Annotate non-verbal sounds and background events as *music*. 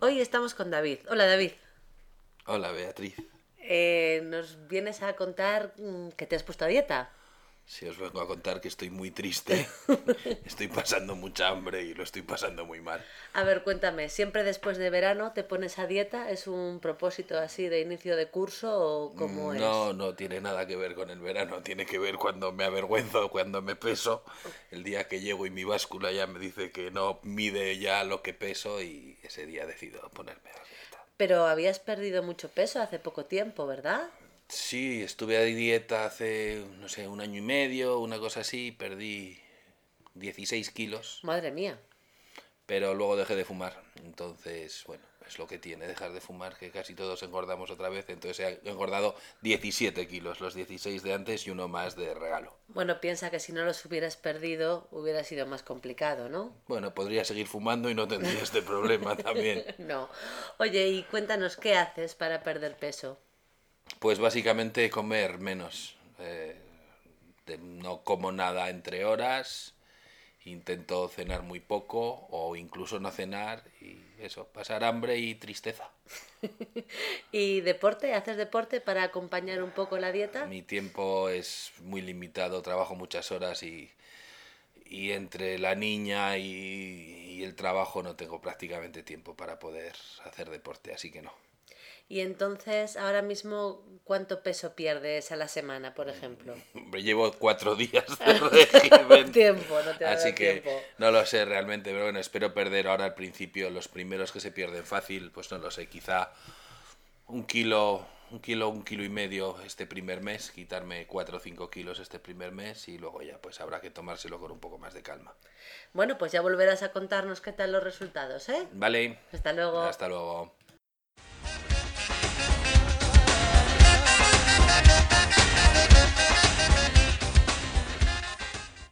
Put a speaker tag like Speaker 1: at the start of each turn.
Speaker 1: hoy estamos con David. Hola David.
Speaker 2: Hola, Beatriz.
Speaker 1: Eh, nos vienes a contar mm, que te has puesto a dieta.
Speaker 2: Si os vengo a contar que estoy muy triste, estoy pasando mucha hambre y lo estoy pasando muy mal.
Speaker 1: A ver, cuéntame, ¿siempre después de verano te pones a dieta? ¿Es un propósito así de inicio de curso o cómo
Speaker 2: Mm, No, no tiene nada que ver con el verano, tiene que ver cuando me avergüenzo, cuando me peso. El día que llego y mi báscula ya me dice que no mide ya lo que peso y ese día decido ponerme a la dieta.
Speaker 1: es? Pero habías perdido mucho peso hace poco tiempo, ¿verdad?
Speaker 2: Sí, estuve a dieta hace, no sé, un año y medio, una cosa así, perdí 16 kilos,
Speaker 1: Madre mía.
Speaker 2: pero luego dejé de fumar. Entonces, bueno, es lo que tiene dejar de fumar, que casi todos engordamos otra vez. Entonces he engordado 17 kilos, los 16 de antes y uno más de regalo.
Speaker 1: Bueno, piensa que si no los hubieras perdido hubiera sido más complicado, ¿no?
Speaker 2: Bueno, podría seguir fumando y no tendría este problema también.
Speaker 1: No. Oye, y cuéntanos qué haces para perder peso.
Speaker 2: Pues básicamente comer menos. eh, te- no como nada entre horas. Intento cenar muy poco o incluso no cenar y eso, pasar hambre y tristeza.
Speaker 1: ¿Y deporte? ¿Haces deporte para acompañar un poco la dieta?
Speaker 2: Mi tiempo es muy limitado, trabajo muchas horas y, y entre la niña y, y el trabajo no tengo prácticamente tiempo para poder hacer deporte, así que no.
Speaker 1: Y entonces, ahora mismo, ¿cuánto peso pierdes a la semana, por ejemplo?
Speaker 2: Hombre, llevo cuatro días
Speaker 1: *laughs*
Speaker 2: de régimen.
Speaker 1: Tiempo, no te va a
Speaker 2: Así
Speaker 1: dar
Speaker 2: que
Speaker 1: tiempo.
Speaker 2: no lo sé realmente, pero bueno, espero perder ahora al principio los primeros que se pierden fácil, pues no lo sé, quizá un kilo, un kilo, un kilo y medio este primer mes, quitarme cuatro o cinco kilos este primer mes y luego ya pues habrá que tomárselo con un poco más de calma.
Speaker 1: Bueno, pues ya volverás a contarnos qué tal los resultados, ¿eh?
Speaker 2: Vale,
Speaker 1: Hasta luego.
Speaker 2: hasta luego.